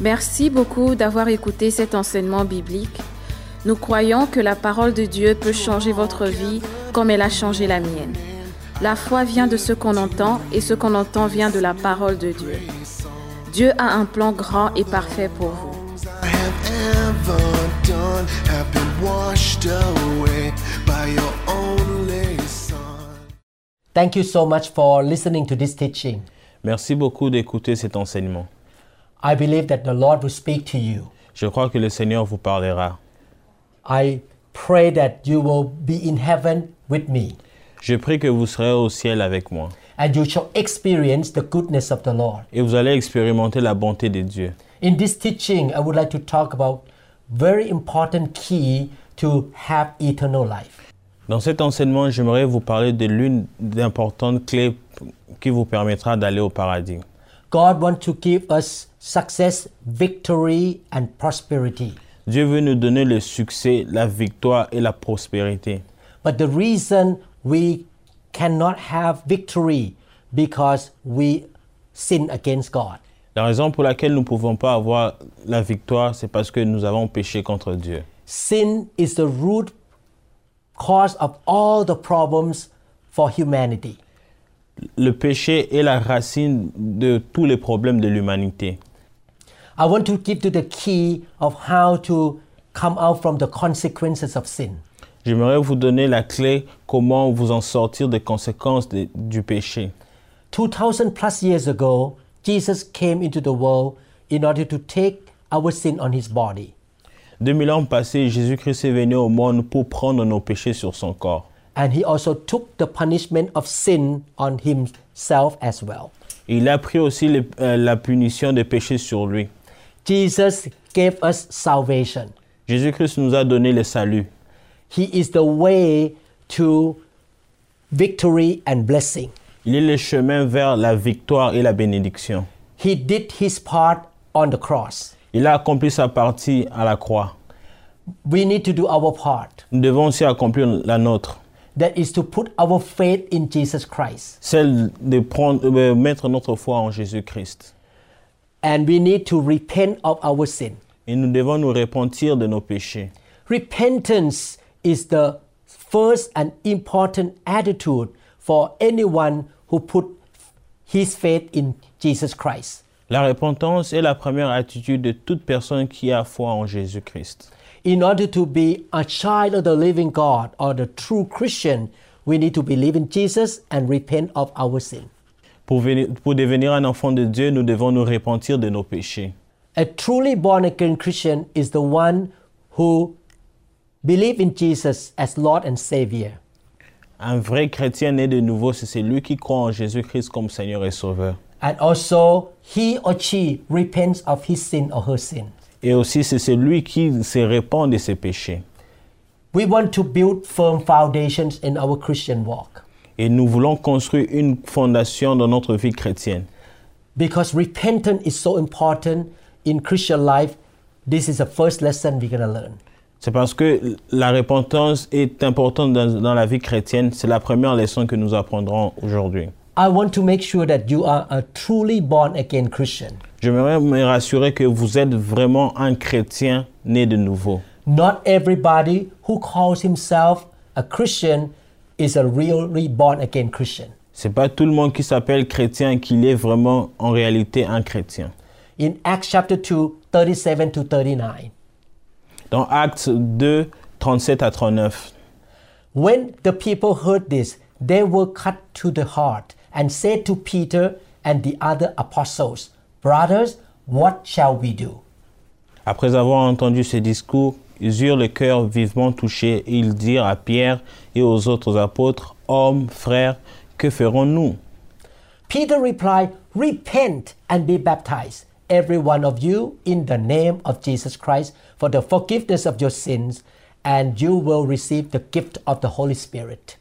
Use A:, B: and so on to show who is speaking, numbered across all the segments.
A: Merci beaucoup d'avoir écouté cet enseignement biblique. Nous croyons que la parole de Dieu peut changer votre vie comme elle a changé la mienne. La foi vient de ce qu'on entend et ce qu'on entend vient de la parole de Dieu. Dieu a un plan grand et parfait pour vous.
B: Thank you so much for listening to this teaching.
C: Merci beaucoup d'écouter cet enseignement.
B: I believe that the Lord will speak to you.
C: Je crois que le Seigneur vous parlera.
B: I pray that you will be in heaven with me
C: Je prie que vous serez au ciel avec moi
B: and you shall experience the goodness of the Lord.
C: et vous allez expérimenter la bonté de Dieu.
B: In this teaching, I would like to talk about very important key to have eternal life.
C: Dans cet enseignement, j'aimerais vous parler de l'une des importantes clés qui vous permettra d'aller au paradis.
B: God wants to give us success, victory and prosperity.
C: Dieu veut nous donner le succès, la victoire et la prospérité.
B: But the reason we cannot have victory because we sin against God.
C: La raison pour laquelle nous ne pouvons pas avoir la victoire, c'est parce que nous avons péché contre Dieu.
B: Sin is the root cause of all the problems for humanity.
C: Le péché est la racine de tous les problèmes de l'humanité.
B: I want to give you the key of how to come out from the consequences of sin.
C: J'aimerais vous donner la clé comment vous en sortir des conséquences de- du péché.
B: 2000 plus years ago, Jesus came into the world in order to take our sin on his body.
C: 2000 ans passés, Jésus-Christ est venu au monde pour prendre nos péchés sur son corps.
B: And he also took the punishment of sin on himself as well.
C: Il a pris aussi le- euh, la punition des péchés sur lui.
B: Jesus gave us salvation.
C: Jésus-Christ nous a donné le salut.
B: He is the way to victory and blessing.
C: Il est le chemin vers la victoire et la bénédiction.
B: He did his part on the cross.
C: Il a accompli sa partie à la croix.
B: We need to do our part.
C: Nous devons aussi accomplir la nôtre,
B: That is to put our faith in Jesus Christ.
C: celle de prendre, euh, mettre notre foi en Jésus-Christ.
B: And we need to repent of our sin.
C: Et nous devons nous repentir de nos péchés.
B: Repentance is the first and important attitude for anyone who put his faith in Jesus Christ.
C: La repentance est la première attitude de toute personne qui a foi en Jésus-Christ.
B: In order to be a child of the living God or the true Christian, we need to believe in Jesus and repent of our sin.
C: Pour, venir- pour devenir un enfant de Dieu, nous devons nous repentir de nos péchés.
B: A truly born again Christian is the one who believes in Jesus as Lord and Savior.
C: Un vrai chrétien né de nouveau, c'est celui qui croit en Jésus-Christ comme Seigneur et Sauveur.
B: And also, he or she repents of his sin or her sin.
C: Et aussi, c'est celui qui se répand de ses péchés.
B: We want to build firm foundations in our Christian walk
C: Et nous voulons construire une fondation dans notre vie chrétienne.
B: because repentance is so important in Christian life. This is the first lesson we're going to learn.
C: C'est parce que la repentance est importante dans, dans la vie chrétienne. C'est la première leçon que nous apprendrons aujourd'hui.
B: I want to make sure that you are a truly born again Christian,
C: J'aimerais me rassurer que vous êtes vraiment un chrétien né de nouveau.
B: Not everybody who calls himself a Christian is a really born again Christian.
C: C'est pas tout le monde qui s'appelle chrétien qu'il est vraiment en réalité un chrétien.
B: In Acts chapter 2, 37 to 39,
C: Dans Actes 2, 37 à 39,
B: when the people heard this, they were cut to the heart and said to Peter and the other apostles, Brothers, what shall we do?
C: après avoir entendu ce discours, ils eurent le cœur vivement touché et ils dirent à Pierre et aux autres apôtres, Hommes, frères, que ferons-nous
B: Peter replied, Repent and be baptized, every one of you, in the name of Jesus Christ, for the forgiveness of your sins, and you will receive the gift of the Holy Spirit.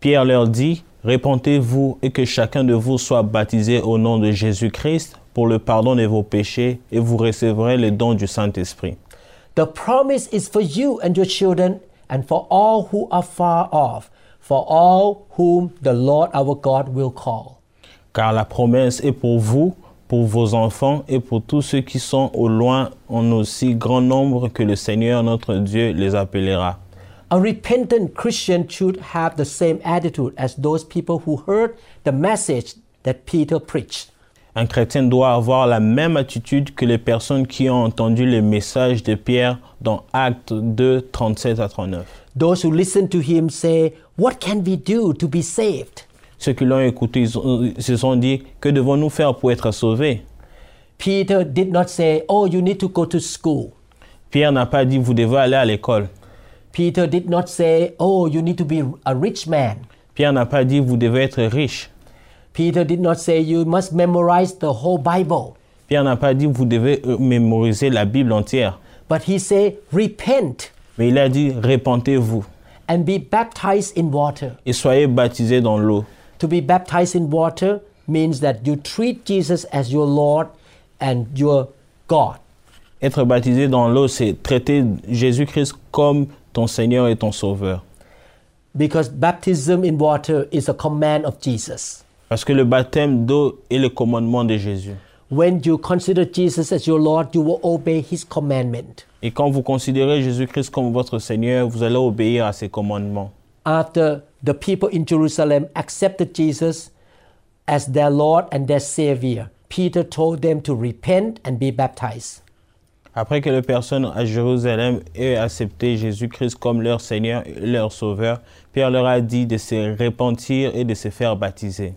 C: Pierre leur dit, Répentez-vous et que chacun de vous soit baptisé au nom de Jésus-Christ pour le pardon de vos péchés et vous recevrez le don du Saint-Esprit.
B: The promise is for you and your children, and for all who are far off, for all whom the Lord our God will call.
C: Car la promesse est pour vous, pour vos enfants et pour tous ceux qui sont au loin en aussi grand nombre que le Seigneur notre Dieu les appellera.
B: A repentant Christian should have the same attitude as those people who heard the message that Peter preached.
C: Un chrétien doit avoir la même attitude que les personnes qui ont entendu le message de Pierre dans Actes 2, 37 à 39.
B: Those who listened to him say, What can we do to be saved?
C: Ceux qui l'ont écouté ils ont- ils se sont dit, que devons-nous faire pour être sauvés
B: Peter did not say, Oh, you need to go to school.
C: Pierre n'a pas dit, vous devez aller à l'école.
B: Peter did not say, Oh, you need to be a rich man.
C: Pierre n'a pas dit, vous devez être riche.
B: Peter did not say, You must memorize the whole Bible.
C: Pierre n'a pas dit, vous devez euh, mémoriser la Bible entière.
B: But he said, Repent
C: Mais il a dit, répentez-vous
B: and be baptized in water.
C: et soyez baptisés dans l'eau.
B: To be baptized in water means that you treat Jesus as your Lord and your God.
C: Être baptisé dans l'eau, c'est traiter Jésus-Christ comme ton Seigneur et ton Sauveur.
B: Because baptism in water is a command of Jesus.
C: Parce que le baptême d'eau est le commandement de Jésus.
B: When you consider Jesus as your Lord, you will obey his commandment.
C: Et quand vous considérez Jésus-Christ comme votre Seigneur, vous allez obéir à ses commandements.
B: After the people in Jerusalem accepted Jesus as their Lord and their Savior, Peter told them to repent and be baptized.
C: Après que les personnes à Jérusalem aient accepté Jésus-Christ comme leur Seigneur et leur Sauveur, Pierre leur a dit de se repentir et de se faire baptiser.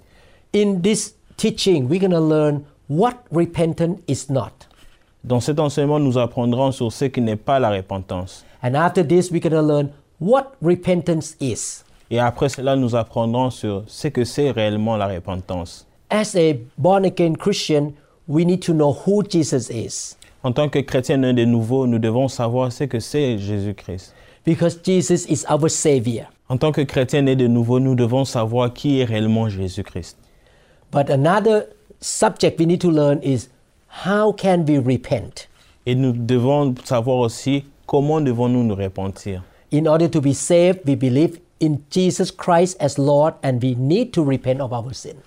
B: In this teaching, we're going to learn what repentance is not.
C: Dans cet enseignement, nous apprendrons sur ce qui n'est pas la repentance.
B: And after this, we're going to learn what repentance is.
C: Et après cela, nous apprendrons sur ce que c'est réellement la repentance.
B: As a born again Christian, we need to know who Jesus is
C: En tant que chrétiens nés de nouveau, nous devons savoir ce que c'est Jésus-Christ.
B: because Jesus is our Savior.
C: En tant que chrétiens nés de nouveau, nous devons savoir qui est réellement Jésus-Christ.
B: But another subject we need to learn is how can we repent?
C: Et nous devons savoir aussi comment devons-nous nous repentir.
B: In order to be saved, we believe in Jesus Christ as Lord and we need to repent of our sin.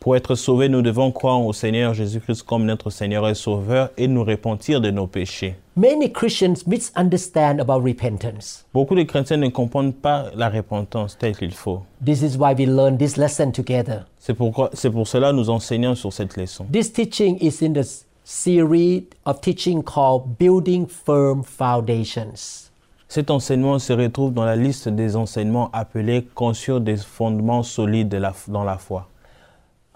C: Pour être sauvés, nous devons croire au Seigneur Jésus-Christ comme notre Seigneur et Sauveur et nous repentir de nos péchés.
B: Many Christians misunderstand about repentance.
C: Beaucoup de chrétiens ne comprennent pas la repentance telle qu'il faut.
B: This is why we learn this lesson together.
C: C'est pourquoi, c'est pour cela que nous enseignons sur cette leçon.
B: This teaching is in the s- series of teaching called Building Firm Foundations.
C: Cet enseignement se retrouve dans la liste des enseignements appelés Construire des fondements solides de la- dans la foi.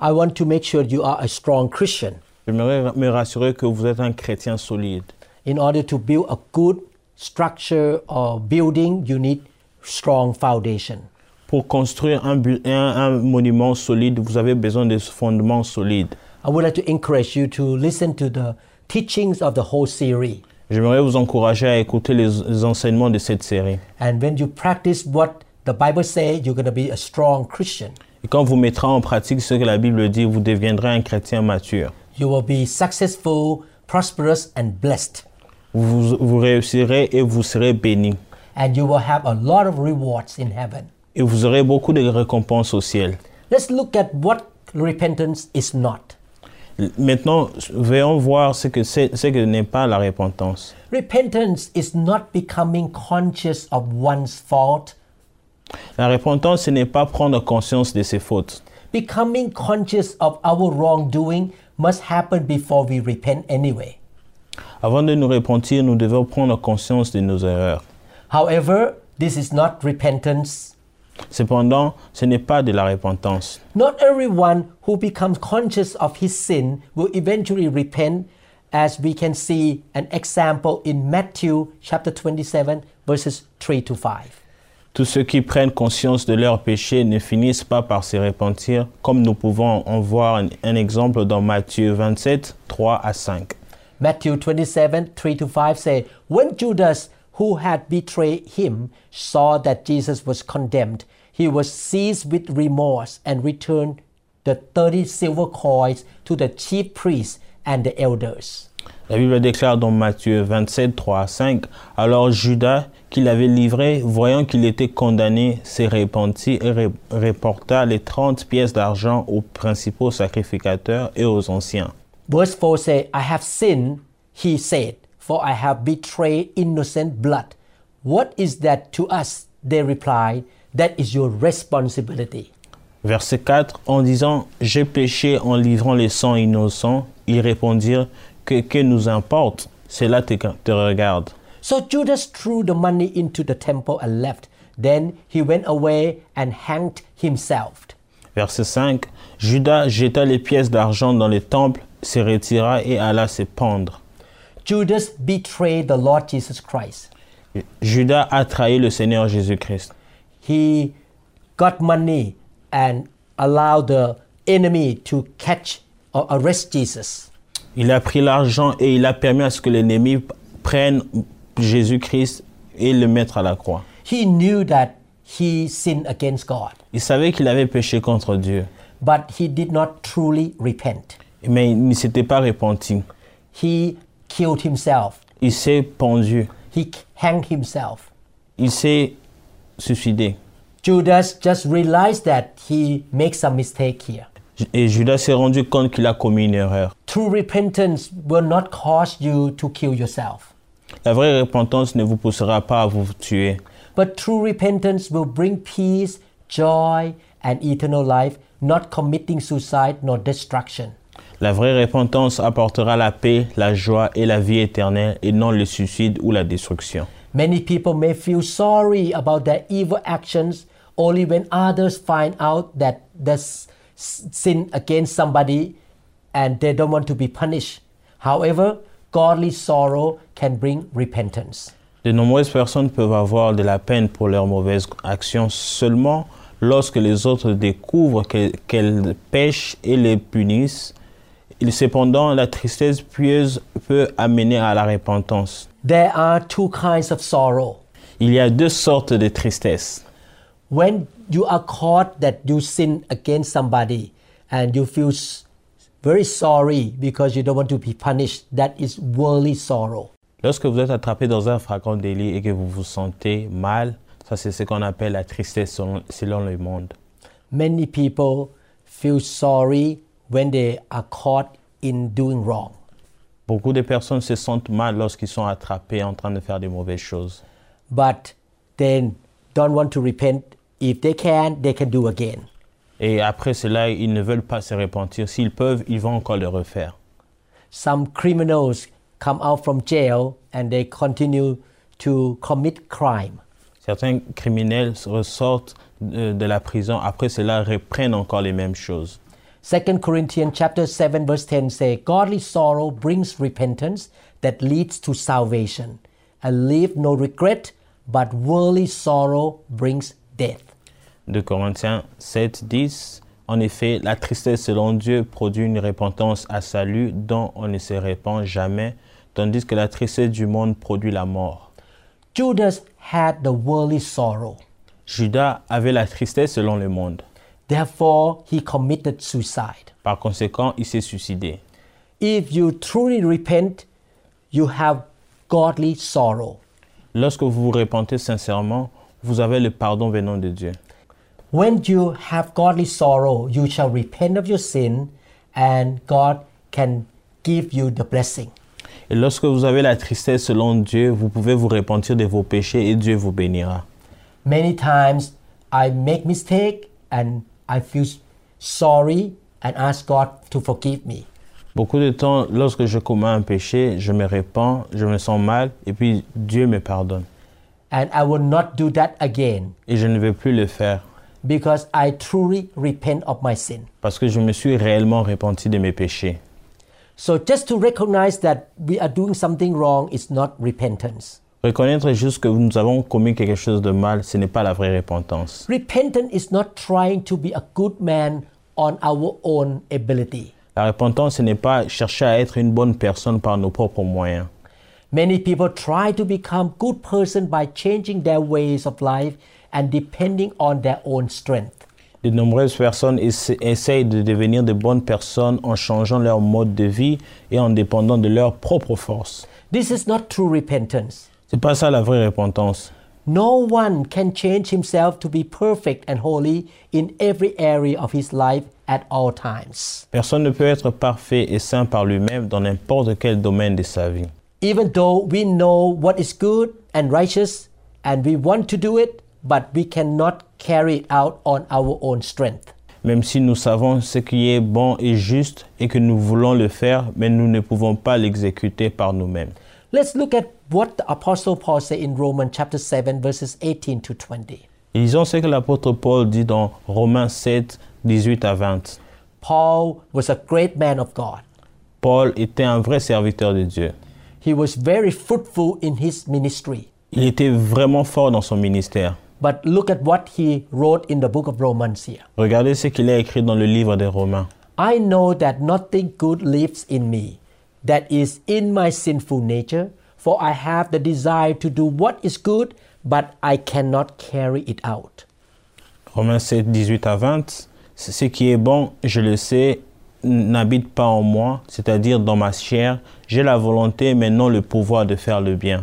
B: I want to make sure you are a strong Christian.
C: J'aimerais ra- me rassurer que vous êtes un chrétien solide.
B: In order to build a good structure or building, you need strong foundation.
C: Pour construire un, bu- un- un monument solide, vous avez besoin de ce fondement solide.
B: I would like to encourage you to listen to the teachings of the whole series.
C: J'aimerais vous encourager à écouter les- les enseignements de cette série.
B: And when you practice what the Bible says, you're going to be a strong Christian.
C: Et quand vous mettrez en pratique ce que la Bible dit, vous deviendrez un chrétien mature.
B: You will be successful, prosperous, and blessed.
C: Vous, vous réussirez et vous serez béni.
B: And you will have a lot of rewards in heaven.
C: Et vous aurez beaucoup de récompenses au ciel.
B: Let's look at what repentance is not.
C: L- Maintenant, veillons voir ce que, c'est, ce que n'est pas la repentance.
B: Repentance is not becoming conscious of one's fault.
C: La repentance, ce n'est pas prendre conscience de ses fautes.
B: Becoming conscious of our wrongdoing must happen before we repent anyway.
C: Avant de nous repentir, nous devons prendre conscience de nos erreurs.
B: However, this is not repentance.
C: Cependant, ce n'est pas de la repentance.
B: Not everyone who becomes conscious of his sin will eventually repent, as we can see an example in Matthew chapter 27, verses 3 to 5.
C: Tous ceux qui prennent conscience de leurs péchés ne finissent pas par se repentir, comme nous pouvons en voir un, un exemple dans Matthieu 27, 3 à 5.
B: Matthew 27, 3 to 5 say, When Judas, who had betrayed him, saw that Jesus was condemned, he was seized with remorse and returned the 30 silver coins to the chief priests and the elders.
C: La Bible déclare dans Matthieu 27, 3 à 5, Alors Judas, qui l'avait livré, voyant qu'il était condamné, s'est repenti et ré- reporta les 30 pièces d'argent aux principaux sacrificateurs et aux anciens.
B: Verse 4 says, I have sinned, he said, for I have betrayed innocent blood. What is that to us? They replied, That is your responsibility.
C: Verset 4, en disant J'ai péché en livrant les sangs innocents, ils répondirent Que, que nous importe Cela te, te regarde.
B: So Judas threw the money into the temple and left. Then he went away and hanged himself.
C: Verset 5, Judas jeta les pièces d'argent dans les temples, se retira et alla se pendre.
B: Judas betrayed the Lord Jesus Christ.
C: Judas a trahi le Seigneur Jésus-Christ.
B: He got money and allowed the enemy to catch or arrest Jesus.
C: Il a pris l'argent et il a permis à ce que l'ennemi prenne Jésus-Christ et le mettre à la croix.
B: He knew that he sinned against God,
C: Il savait qu'il avait péché contre Dieu,
B: but he did not truly repent.
C: mais il ne s'était pas repenti.
B: He killed himself.
C: Il s'est pendu,
B: He hanged himself.
C: il s'est suicidé.
B: Judas just realized that he makes a mistake here.
C: Et Judas s'est rendu compte qu'il a commis une erreur.
B: True repentance will not cause you to kill yourself,
C: La vraie repentance ne vous poussera pas à vous tuer,
B: but true repentance will bring peace, joy, and eternal life, not committing suicide nor destruction.
C: La vraie repentance apportera la paix, la joie et la vie éternelle et non le suicide ou la destruction.
B: Many people may feel sorry about their evil actions only when others find out that they s- sin against somebody and they don't want to be punished. However, godly sorrow can bring repentance.
C: De nombreuses personnes peuvent avoir de la peine pour leurs mauvaises actions seulement lorsque les autres découvrent que- qu'elles pêchent et les punissent. Et Cependant, la tristesse pieuse peut amener à la repentance.
B: There are two kinds of sorrow.
C: Il y a deux sortes de tristesse.
B: When you are caught that you sin against somebody and you feel s- very sorry because you don't want to be punished, that is worldly sorrow.
C: Lorsque vous êtes attrapé dans un flagrant délit et que vous vous sentez mal, ça c'est ce qu'on appelle la tristesse selon- selon le monde.
B: Many people feel sorry when they are caught in doing wrong.
C: Beaucoup de personnes se sentent mal lorsqu'ils sont attrapés en train de faire des mauvaises choses.
B: but then don't want to repent. If they can, they can do again.
C: Et après cela, ils ne veulent pas se repentir. S'ils peuvent, ils vont encore le refaire.
B: Some criminals come out from jail and they continue to commit crime.
C: Certains criminels ressortent euh, de, de la prison. Après cela, reprennent encore les mêmes choses.
B: 2 Corinthians chapter 7 verse 10 say godly sorrow brings repentance that leads to salvation and leave no regret but worldly sorrow brings death.
C: De Corinthiens 7, 10. En effet, la tristesse selon Dieu produit une repentance à salut dont on ne se repent jamais, tandis que la tristesse du monde produit la mort.
B: Judas had the worldly sorrow.
C: Judas avait la tristesse selon le monde.
B: Therefore he committed suicide.
C: Par conséquent, il s'est suicidé.
B: If you truly repent, you have godly sorrow.
C: Lorsque vous vous repentez sincèrement, vous avez le pardon venant de Dieu.
B: When you have godly sorrow, you shall repent of your sin and God can give you the blessing.
C: Et lorsque vous avez la tristesse selon Dieu, vous pouvez vous repentir de vos péchés et Dieu vous bénira.
B: Many times I make mistake and I feel sorry and ask God to forgive me.
C: Beaucoup de temps, lorsque je commets un péché, je me repens, je me sens mal et puis Dieu me pardonne.
B: And I will not do that again
C: Et je ne vais plus le faire
B: because I truly repent of my sin.
C: parce que je me suis réellement repenti de mes péchés.
B: So just to recognize that we are doing something wrong is not repentance.
C: Reconnaître juste que nous avons commis quelque chose de mal, ce n'est pas la vraie repentance.
B: Repentance is not trying to be a good man on our own ability.
C: La repentance, ce n'est pas chercher à être une bonne personne par nos propres moyens.
B: Many people try to become good person by changing their ways of life and depending on their own strength.
C: De nombreuses personnes essa- essayent de devenir de bonnes personnes en changeant leur mode de vie et en dépendant de leur propre force.
B: This is not true repentance.
C: C'est pas ça la vraie repentance.
B: No one can change himself to be perfect and holy in every area of his life at all times.
C: Personne ne peut être parfait et saint par lui-même dans n'importe quel domaine de sa vie.
B: Even though we know what is good and righteous and we want to do it, but we cannot carry it out on our own strength.
C: Même si nous savons ce qui est bon et juste et que nous voulons le faire, mais nous ne pouvons pas l'exécuter par nous-mêmes.
B: Let's look at what the Apostle Paul said in Romans chapter 7, verses 18 to 20.
C: Lisons ce que l'apôtre Paul dit dans Romains 7, 18 à 20.
B: Paul was a great man of God.
C: Paul était un vrai serviteur de Dieu.
B: He was very fruitful in his ministry.
C: Il était vraiment fort dans son ministère.
B: But look at what he wrote in the book of Romans here.
C: Regardez ce qu'il a écrit dans le livre des Romains.
B: I know that nothing good lives in me, that is in my sinful nature, for I have the desire to do what is good, but I cannot carry it out.
C: Romains 7, 18 à 20. C'est Ce qui est bon, je le sais, n'habite pas en moi, c'est-à-dire dans ma chair. J'ai la volonté, mais non le pouvoir de faire le bien.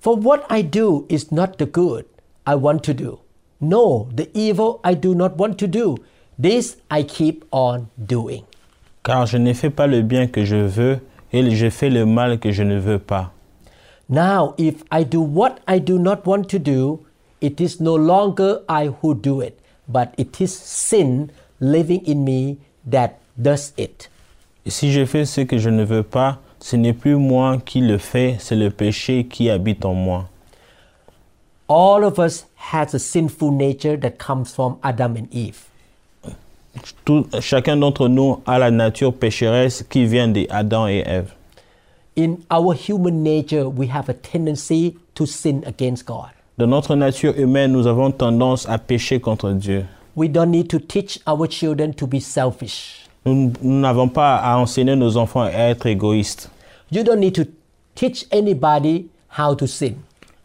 B: For what I do is not the good I want to do. No, the evil I do not want to do. This I keep on doing.
C: Car je ne fais pas le bien que je veux, et je fais le mal que je ne veux pas.
B: Now, if I do what I do not want to do, it is no longer I who do it, but it is sin living in me that does it.
C: Et si je fais ce que je ne veux pas, ce n'est plus moi qui le fais, c'est le péché qui habite en moi.
B: All of us has a sinful nature that comes from Adam and Eve.
C: Tout- chacun d'entre nous a la nature pécheresse qui vient d'Adam et Ève.
B: In our human nature, we have a tendency to sin against God.
C: Dans notre nature humaine, nous avons tendance à pécher contre Dieu.
B: We don't need to teach our children to be selfish.
C: Nous nous n'avons pas à enseigner nos enfants à être égoïstes.
B: You don't need to teach anybody how to sin.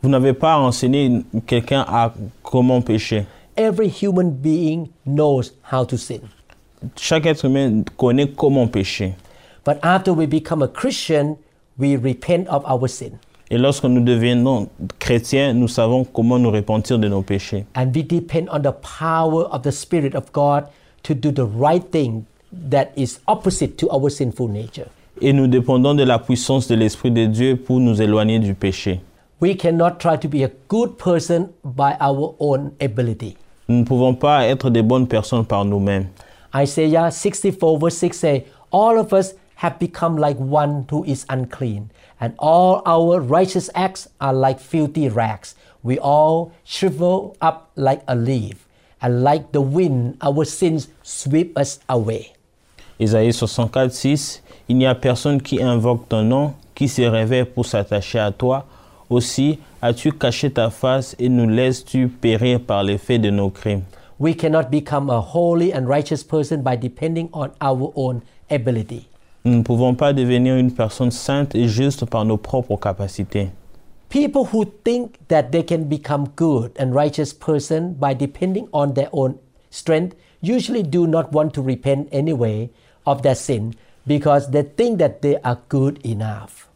C: Vous n'avez pas à enseigner quelqu'un à comment pécher.
B: Every human being knows how to sin.
C: Chaque être humain connaît comment pécher.
B: But after we become a Christian, we repent of our sin
C: Et lorsque nous devenons chrétiens, nous savons comment nous repentir de nos péchés.
B: and we depend on the power of the Spirit of God to do the right thing that is opposite to our sinful nature.
C: Et nous dépendons de la puissance de l'Esprit de Dieu pour nous éloigner du péché.
B: We cannot try to be a good person by our own ability.
C: Nous ne pouvons pas être des bonnes personnes par nous-mêmes.
B: Isaiah 64 verse 6 say, All of us have become like one who is unclean, and all our righteous acts are like filthy rags. We all shrivel up like a leaf, and like the wind, our sins sweep us away.
C: Ésaïe 64, 6 Il n'y a personne qui invoque ton nom, qui se réveille pour s'attacher à toi. Aussi as-tu caché ta face et nous laisses-tu périr par l'effet de nos crimes.
B: We cannot become a holy and righteous person by depending on our own ability.
C: Nous ne pouvons pas devenir une personne sainte et juste par nos propres capacités.
B: People who think that they can become good and righteous person by depending on their own strength usually do not want to repent anyway of their sin because they think that they are good enough.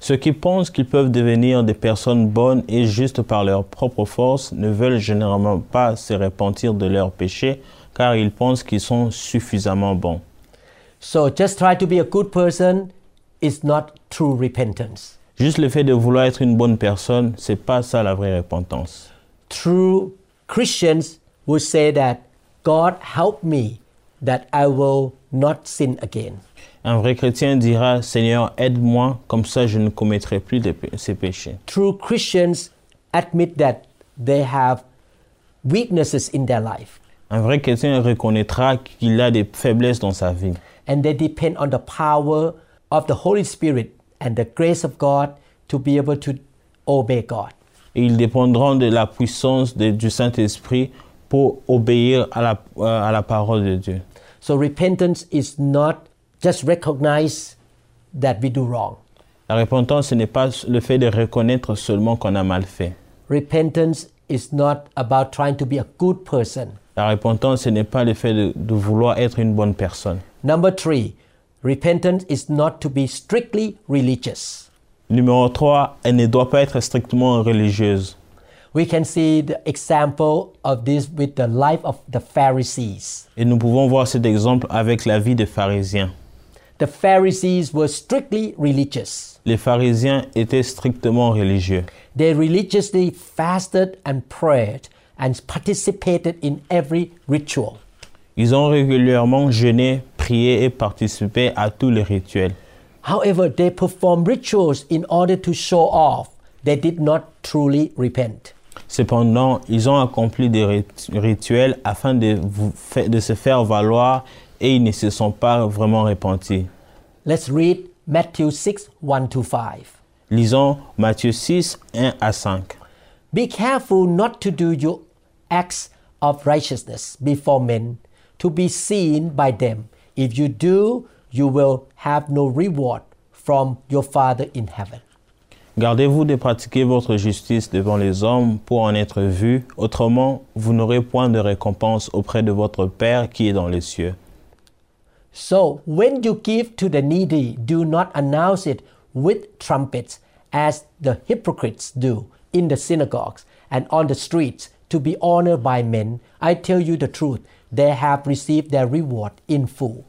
C: Ceux qui pensent qu'ils peuvent devenir des personnes bonnes et justes par leur propre force ne veulent généralement pas se repentir de leurs péchés car ils pensent qu'ils sont suffisamment bons.
B: So just try to be a good person is not true repentance.
C: Juste le fait de vouloir être une bonne personne, c'est pas ça la vraie repentance.
B: True Christians will say that God help me that I will not sin again.
C: Un vrai chrétien dira Seigneur, aide-moi, comme ça je ne commettrai plus de p- ces péchés.
B: True Christians admit that they have weaknesses in their life.
C: Un vrai chrétien reconnaîtra qu'il a des faiblesses dans sa vie.
B: and they depend on the power of the Holy Spirit and the grace of God to be able to obey God.
C: Et ils dépendront de la puissance de- du Saint-Esprit pour obéir à la, euh, à la parole de Dieu.
B: So repentance is not just recognize that we do wrong.
C: La repentance, ce n'est pas le fait de reconnaître seulement qu'on a mal fait.
B: Repentance is not about trying to be a good person.
C: La repentance, ce n'est pas le fait de- de vouloir être une bonne personne.
B: Number 3, repentance is not to be strictly religious.
C: Numéro 3, elle ne doit pas être strictement religieuse.
B: We can see the example of this with the life of the Pharisees.
C: Et nous pouvons voir cet exemple avec la vie des pharisiens.
B: The Pharisees were strictly religious.
C: Les pharisiens étaient strictement religieux.
B: They religiously fasted and prayed and participated in every ritual.
C: Ils ont régulièrement jeûné, prié et participé à tous les rituels.
B: However, they performed rituals in order to show off. They did not truly repent.
C: Cependant, ils ont accompli des rit- rituels afin de, vous fa- de se faire valoir et ils ne se sont pas vraiment repentis.
B: Let's read Matthew 6 1 to 5.
C: Lisons Matthieu 6, 1 à 5.
B: Be careful not to do your acts of righteousness before men to be seen by them. If you do, you will have no reward from your Father in heaven.
C: Gardez-vous de pratiquer votre justice devant les hommes pour en être vus, autrement vous n'aurez point de récompense auprès de votre Père qui est dans les cieux.
B: So, when you give to the needy, do not announce it with trumpets, as the hypocrites do in the synagogues and on the streets to be honored by men. I tell you the truth, they have received their reward in full.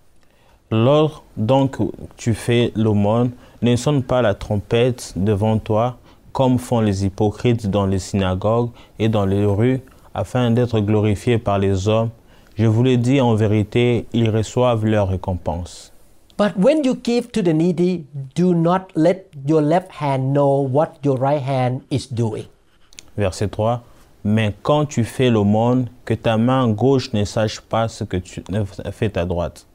C: Lors donc tu fais l'aumône, ne sonne pas la trompette devant toi, comme font les hypocrites dans les synagogues et dans les rues, afin d'être glorifiés par les hommes. Je vous le dis en vérité, ils reçoivent leur récompense.
B: But when you give to the needy, do not let your left hand know what your right hand is doing,
C: Verset 3. Mais quand tu fais l'aumône, que ta main gauche ne sache pas ce que tu fais ta droite,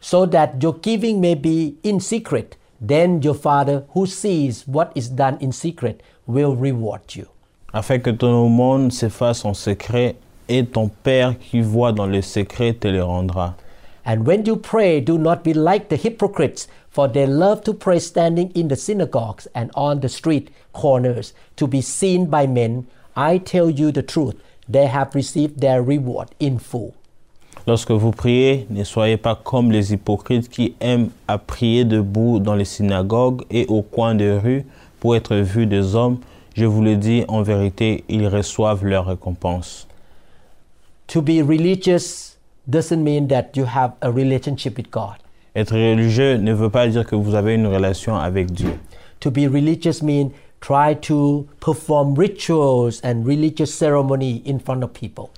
B: so that your giving may be in secret. Then your Father, who sees what is done in secret, will reward you.
C: afin que ton aumône s'efface en secret, et ton Père qui voit dans le secret te le rendra.
B: And when you pray, do not be like the hypocrites, for they love to pray standing in the synagogues and on the street corners to be seen by men. I tell you the truth, they have received their reward in full.
C: Lorsque vous priez, ne soyez pas comme les hypocrites qui aiment à prier debout dans les synagogues et au coin des rues pour être vus des hommes. Je vous le dis en vérité, ils reçoivent leur récompense.
B: To be religious doesn't mean that you have a relationship with God.
C: Être religieux ne veut pas dire que vous avez une relation avec Dieu.
B: To be religious means try to perform rituals and religious ceremony in front of people.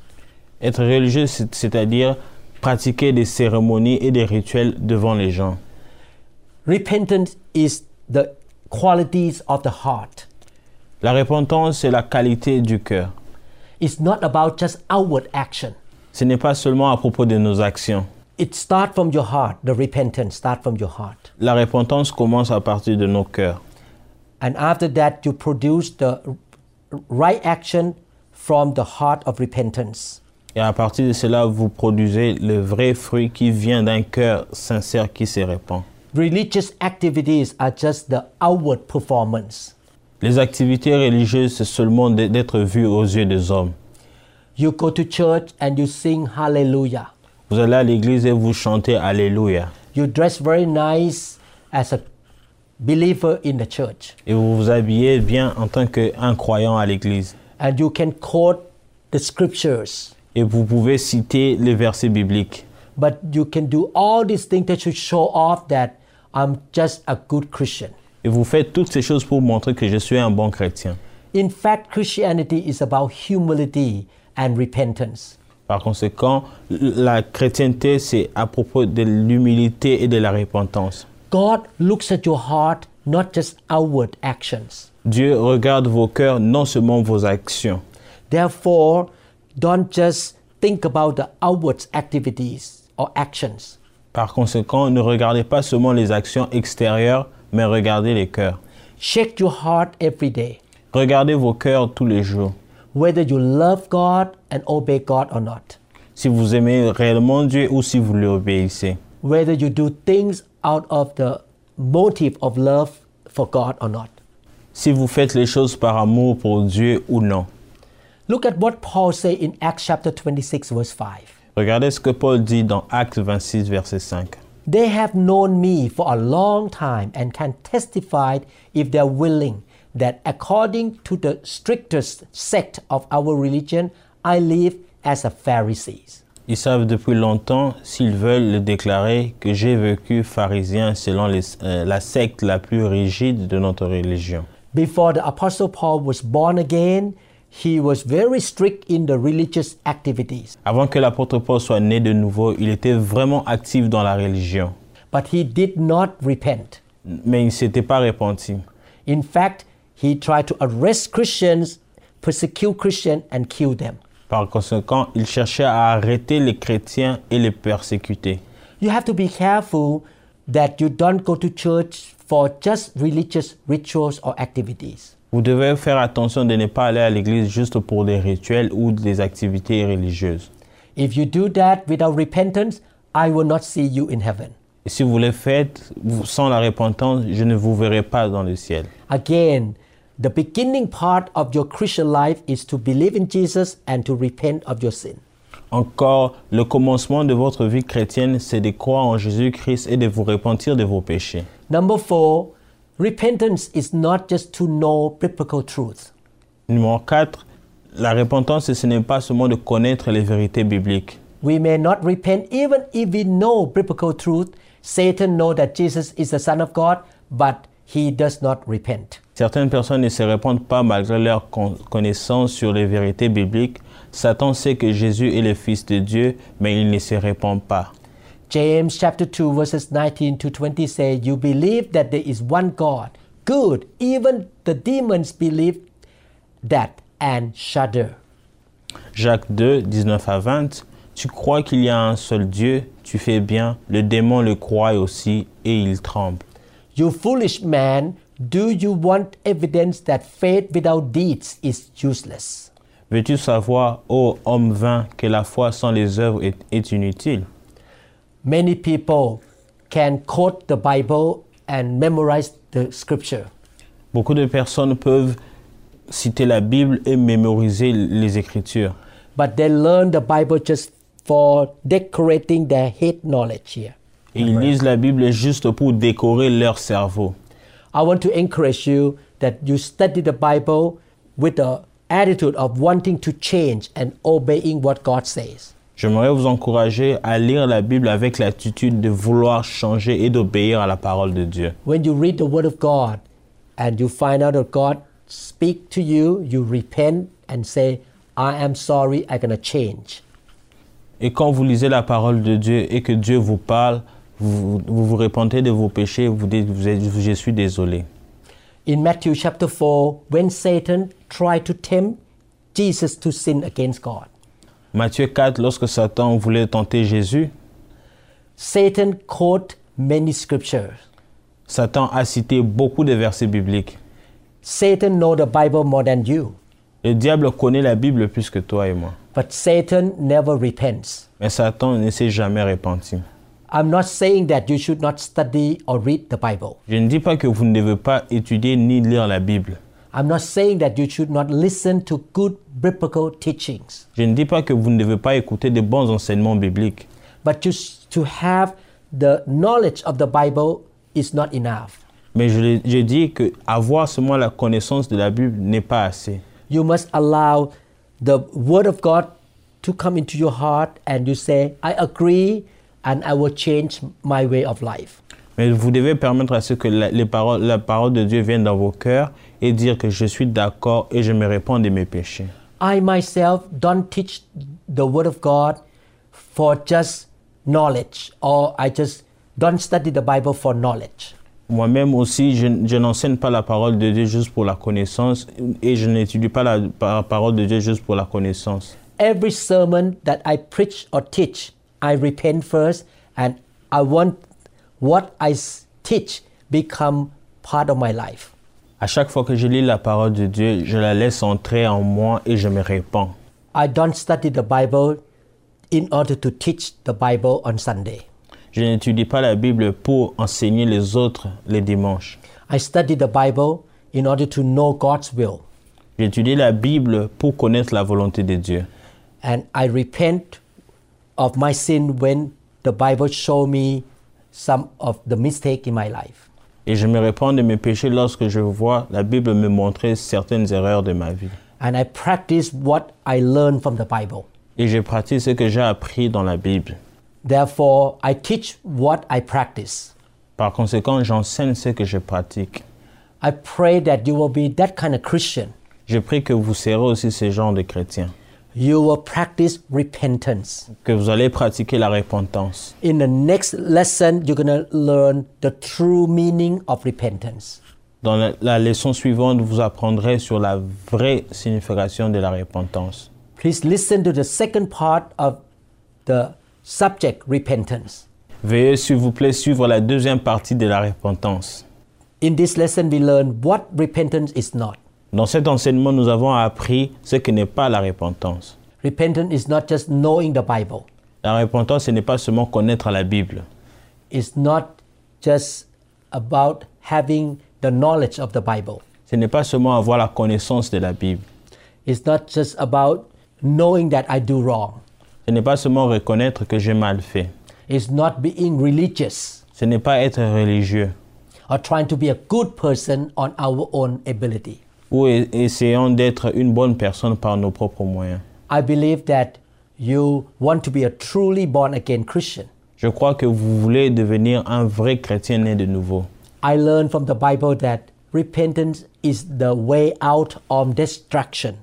C: Être religieux, c'est- c'est-à-dire pratiquer des cérémonies et des rituels devant les gens.
B: Repentance is the qualities of the heart.
C: La repentance, c'est la qualité du cœur.
B: It's not about just outward action.
C: Ce n'est pas seulement à propos de nos actions.
B: It starts from your heart. The repentance starts from your heart.
C: La repentance commence à partir de nos cœurs.
B: And after that, you produce the r- right action from the heart of repentance.
C: Et à partir de cela, vous produisez le vrai fruit qui vient d'un cœur sincère qui se répand.
B: Religious activities are just the outward performance.
C: Les activités religieuses, c'est seulement d- d'être vu aux yeux des hommes.
B: You go to church and you sing hallelujah.
C: Vous allez à l'église et vous chantez Alléluia.
B: You dress very nice as a believer in the church.
C: Et vous vous habillez bien en tant qu'un croyant à l'église.
B: And you can quote the scriptures.
C: Et vous pouvez citer les versets bibliques.
B: But you can do all these things that should show off that I'm just a good Christian.
C: Et vous faites toutes ces choses pour montrer que je suis un bon chrétien.
B: In fact, Christianity is about humility and repentance.
C: Par conséquent, la chrétienté, c'est à propos de l'humilité et de la repentance.
B: God looks at your heart, not just outward actions.
C: Dieu regarde vos cœurs, non seulement vos actions.
B: Therefore, don't just think about the outward activities or actions.
C: Par conséquent, ne regardez pas seulement les actions extérieures, mais regardez les cœurs.
B: Check your heart every day,
C: Regardez vos cœurs tous les jours.
B: whether you love God and obey God or not,
C: Si vous aimez réellement Dieu ou si vous lui obéissez.
B: whether you do things out of the motive of love for God or not.
C: Si vous faites les choses par amour pour Dieu ou non.
B: Look at what Paul said in Acts chapter 26, verse 5.
C: Regardez ce que Paul dit dans Actes 26, verset 5.
B: They have known me for a long time and can testify if they're willing that according to the strictest sect of our religion, I live as a Pharisee.
C: Ils savent depuis longtemps, s'ils veulent le déclarer, que j'ai vécu pharisien selon les- euh, la secte la plus rigide de notre religion.
B: Before the Apostle Paul was born again, he was very strict in the religious activities,
C: Avant que l'apôtre Paul soit né de nouveau, il était vraiment actif dans la religion,
B: but he did not repent.
C: mais il ne s'était pas repenti.
B: In fact, he tried to arrest Christians, persecute Christians, and kill them.
C: Par conséquent, il cherchait à arrêter les chrétiens et les persécuter.
B: You have to be careful that you don't go to church for just religious rituals or activities.
C: Vous devez faire attention de ne pas aller à l'église juste pour des rituels ou des activités religieuses.
B: If you do that without repentance, I will not see you in heaven.
C: Et si vous les faites vous- sans la repentance, je ne vous verrai pas dans le ciel.
B: Again, the beginning part of your Christian life is to believe in Jesus and to repent of your sin.
C: Encore, le commencement de votre vie chrétienne, c'est de croire en Jésus-Christ et de vous repentir de vos péchés.
B: Number four, repentance is not just to know biblical truth.
C: Numéro 4, la repentance, ce n'est pas seulement de connaître les vérités bibliques.
B: We may not repent even if we know biblical truth. Satan knows that Jesus is the Son of God, but he does not repent.
C: Certaines personnes ne se repentent pas malgré leur con- connaissance sur les vérités bibliques. Satan sait que Jésus est le Fils de Dieu, mais il ne se répand pas.
B: James chapter 2 verses 19 to 20 say, You believe that there is one God, good, even the demons believe that and shudder.
C: Jacques 2, 19 à 20. Tu crois qu'il y a un seul Dieu, tu fais bien, le démon le croit aussi et il tremble.
B: You foolish man, do you want evidence that faith without deeds is useless?
C: Veux-tu savoir, ô homme vain, que la foi sans les œuvres est, est inutile
B: Many people can quote the Bible and memorize the scripture,
C: Beaucoup de personnes peuvent citer la Bible et mémoriser les Écritures,
B: but they learn the Bible just for decorating their head knowledge here.
C: et ils lisent la Bible juste pour décorer leur cerveau.
B: I want to encourage you that you study the Bible with the attitude of wanting to change and obeying what God says.
C: J'aimerais vous encourager à lire la Bible avec l'attitude de vouloir changer et d'obéir à la parole de Dieu.
B: When you read the Word of God and you find out that God speak to you, you repent and say, I am sorry, I'm gonna change.
C: Et quand vous lisez la parole de Dieu et que Dieu vous parle, vous vous, vous repentez de vos péchés, vous dites vous êtes- Je suis désolé.
B: In Matthew chapter 4, when Satan tried to tempt Jesus to sin against God,
C: Matthieu 4, lorsque Satan voulait tenter Jésus,
B: Satan quote many scriptures.
C: Satan a cité beaucoup de versets bibliques.
B: Satan know the Bible more than you,
C: Le diable connaît la Bible plus que toi et moi.
B: but Satan never repents.
C: Mais Satan ne s'est jamais repenti.
B: I'm not saying that you should not study or read the Bible.
C: Je ne dis pas que vous ne devez pas étudier ni lire la Bible.
B: I'm not saying that you should not listen to good biblical teachings.
C: Je ne dis pas que vous ne devez pas écouter de bons enseignements bibliques.
B: But just to have the knowledge of the Bible is not enough.
C: Mais je, je dis que avoir seulement la connaissance de la Bible n'est pas assez.
B: You must allow the Word of God to come into your heart and you say, I agree and I will change my way of life.
C: Mais vous devez permettre à ce que la, les paroles, la parole de Dieu vienne dans vos cœurs et dire que je suis d'accord et je me réponds de mes péchés.
B: I myself don't teach the Word of God for just knowledge, or I just don't study the Bible for knowledge.
C: Moi-même aussi, je, je n'enseigne pas la parole de Dieu juste pour la connaissance et je n'étudie pas la, par- parole de Dieu juste pour la connaissance.
B: Every sermon that I preach or teach, I repent first, and I want what I s- teach become part of my life.
C: À chaque fois que je lis la parole de Dieu, je la laisse entrer en moi et je me répands.
B: I don't study the Bible in order to teach the Bible on Sunday.
C: Je n'étudie pas la Bible pour enseigner les autres les dimanches.
B: I study the Bible in order to know God's will,
C: J'étudie la Bible pour connaître la volonté de Dieu.
B: and I repent of my sin when the Bible show me some of the mistake in my life.
C: et je me répands de mes péchés lorsque je vois la Bible me montrer certaines erreurs de ma vie.
B: And I practice what I learned from the Bible.
C: Et je pratique ce que j'ai appris dans la Bible.
B: Therefore, I teach what I practice.
C: Par conséquent, j'enseigne ce que je pratique.
B: I pray that you will be that kind of Christian.
C: Je prie que vous serez aussi ce genre de chrétiens,
B: You will practice repentance.
C: que vous allez pratiquer la repentance.
B: In the next lesson, you're going to learn the true meaning of repentance.
C: Dans la, la leçon suivante, vous apprendrez sur la vraie signification de la repentance.
B: Please listen to the second part of the subject repentance.
C: Veuillez, s'il vous plaît, suivre la deuxième partie de la repentance.
B: In this lesson, we learn what repentance is not.
C: Dans cet enseignement, nous avons appris ce que n'est pas la repentance.
B: Repentance is not just knowing the Bible,
C: La repentance, ce n'est pas seulement connaître la Bible.
B: it's not just about having the knowledge of the Bible,
C: Ce n'est pas seulement avoir la connaissance de la Bible.
B: it's not just about knowing that I do wrong,
C: Ce n'est pas seulement reconnaître que j'ai mal fait.
B: it's not being religious
C: Ce n'est pas être religieux
B: or trying to be a good person on our own ability.
C: ou e- essayant d'être une bonne personne par nos propres moyens.
B: I believe that you want to be a truly born again Christian.
C: Je crois que vous voulez devenir un vrai chrétien né de nouveau.
B: I learned from the Bible that repentance is the way out of destruction.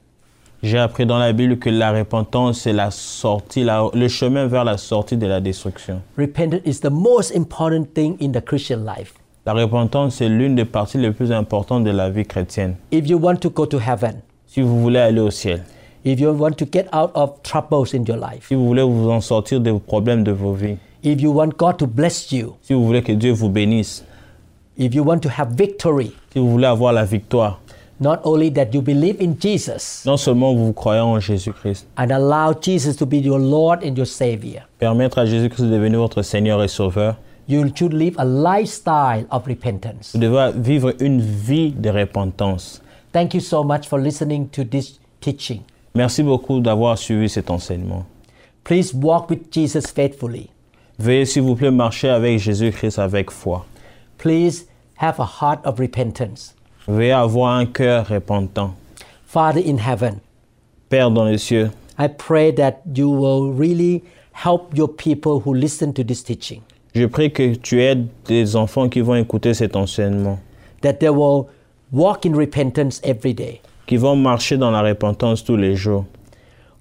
C: J'ai appris dans la Bible que la repentance c'est la sortie, la- le chemin vers la sortie de la destruction.
B: Repentance is the most important thing in the Christian life.
C: La repentance c'est l'une des parties les plus importantes de la vie chrétienne.
B: If you want to go to heaven,
C: Si vous voulez aller au ciel,
B: if you want to get out of troubles in your life,
C: si vous voulez vous en sortir des problèmes de vos vies,
B: if you want God to bless you,
C: si vous voulez que Dieu vous bénisse,
B: if you want to have victory,
C: si vous voulez avoir la victoire,
B: not only that you believe in Jesus
C: non seulement vous croyez en Jésus-Christ,
B: and allow Jesus to be your Lord and your Savior,
C: permettre à Jésus-Christ de devenir votre Seigneur et Sauveur,
B: you should live a lifestyle of repentance.
C: vous devez vivre une vie de repentance.
B: Thank you so much for listening to this teaching.
C: Merci beaucoup d'avoir suivi cet enseignement.
B: Please walk with Jesus faithfully.
C: Veuillez s'il vous plaît marcher avec Jésus-Christ avec foi.
B: Please have a heart of repentance.
C: Veuillez avoir un cœur repentant.
B: Father in heaven,
C: Père dans les cieux,
B: I pray that you will really help your people who listen to this teaching,
C: je prie que tu aides les enfants qui vont écouter cet enseignement,
B: that they will walk in repentance every day.
C: qui vont marcher dans la repentance tous les jours.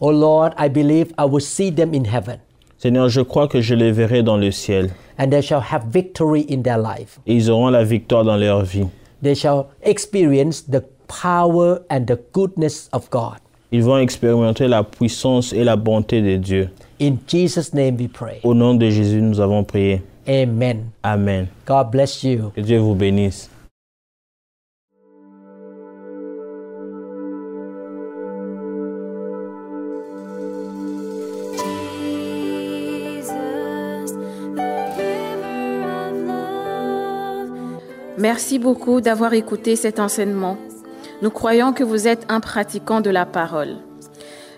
B: Oh Lord, I believe I will see them in heaven
C: Seigneur, je crois que je les verrai dans le ciel.
B: and they shall have victory in their life.
C: Et ils auront la victoire dans leur vie.
B: They shall experience the power and the goodness of God.
C: Ils vont expérimenter la puissance et la bonté de Dieu.
B: In Jesus' name we pray.
C: Au nom de Jésus, nous avons prié.
B: Amen.
C: Amen.
B: God bless you.
C: Que Dieu vous bénisse.
D: Jesus, the giver of love.
A: Merci beaucoup d'avoir écouté cet enseignement. Nous croyons que vous êtes un pratiquant de la parole.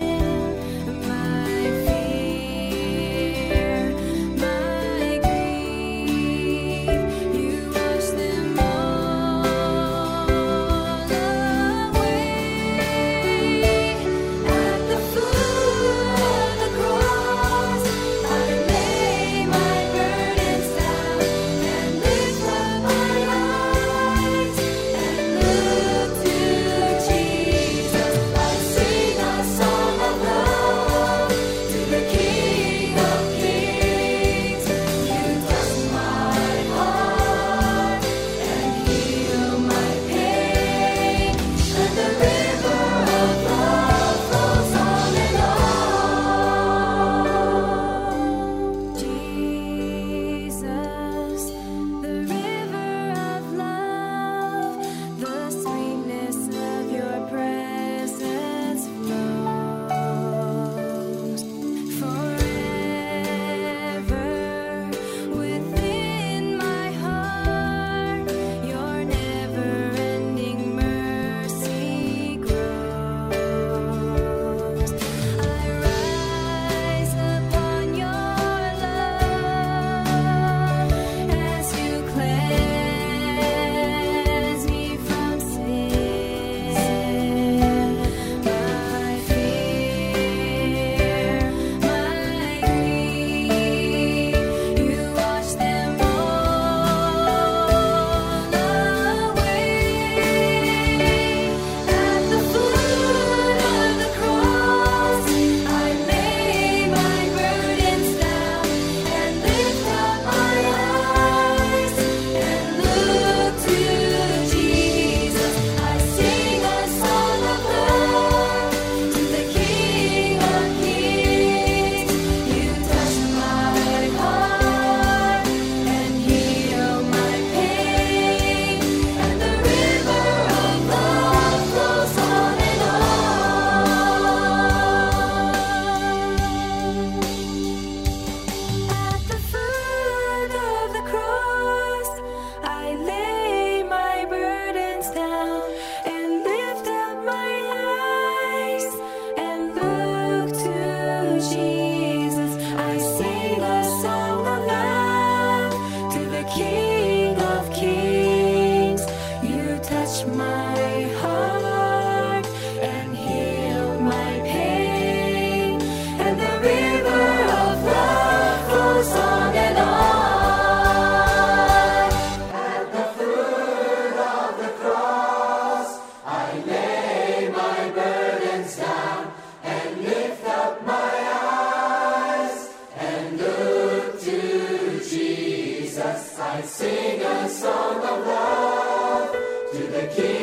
D: My fear, my grief, you wash them all away. At the foot of the cross, I lay my burdens down and lift up my eyes and look to Jesus. I see the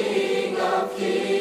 D: forgive.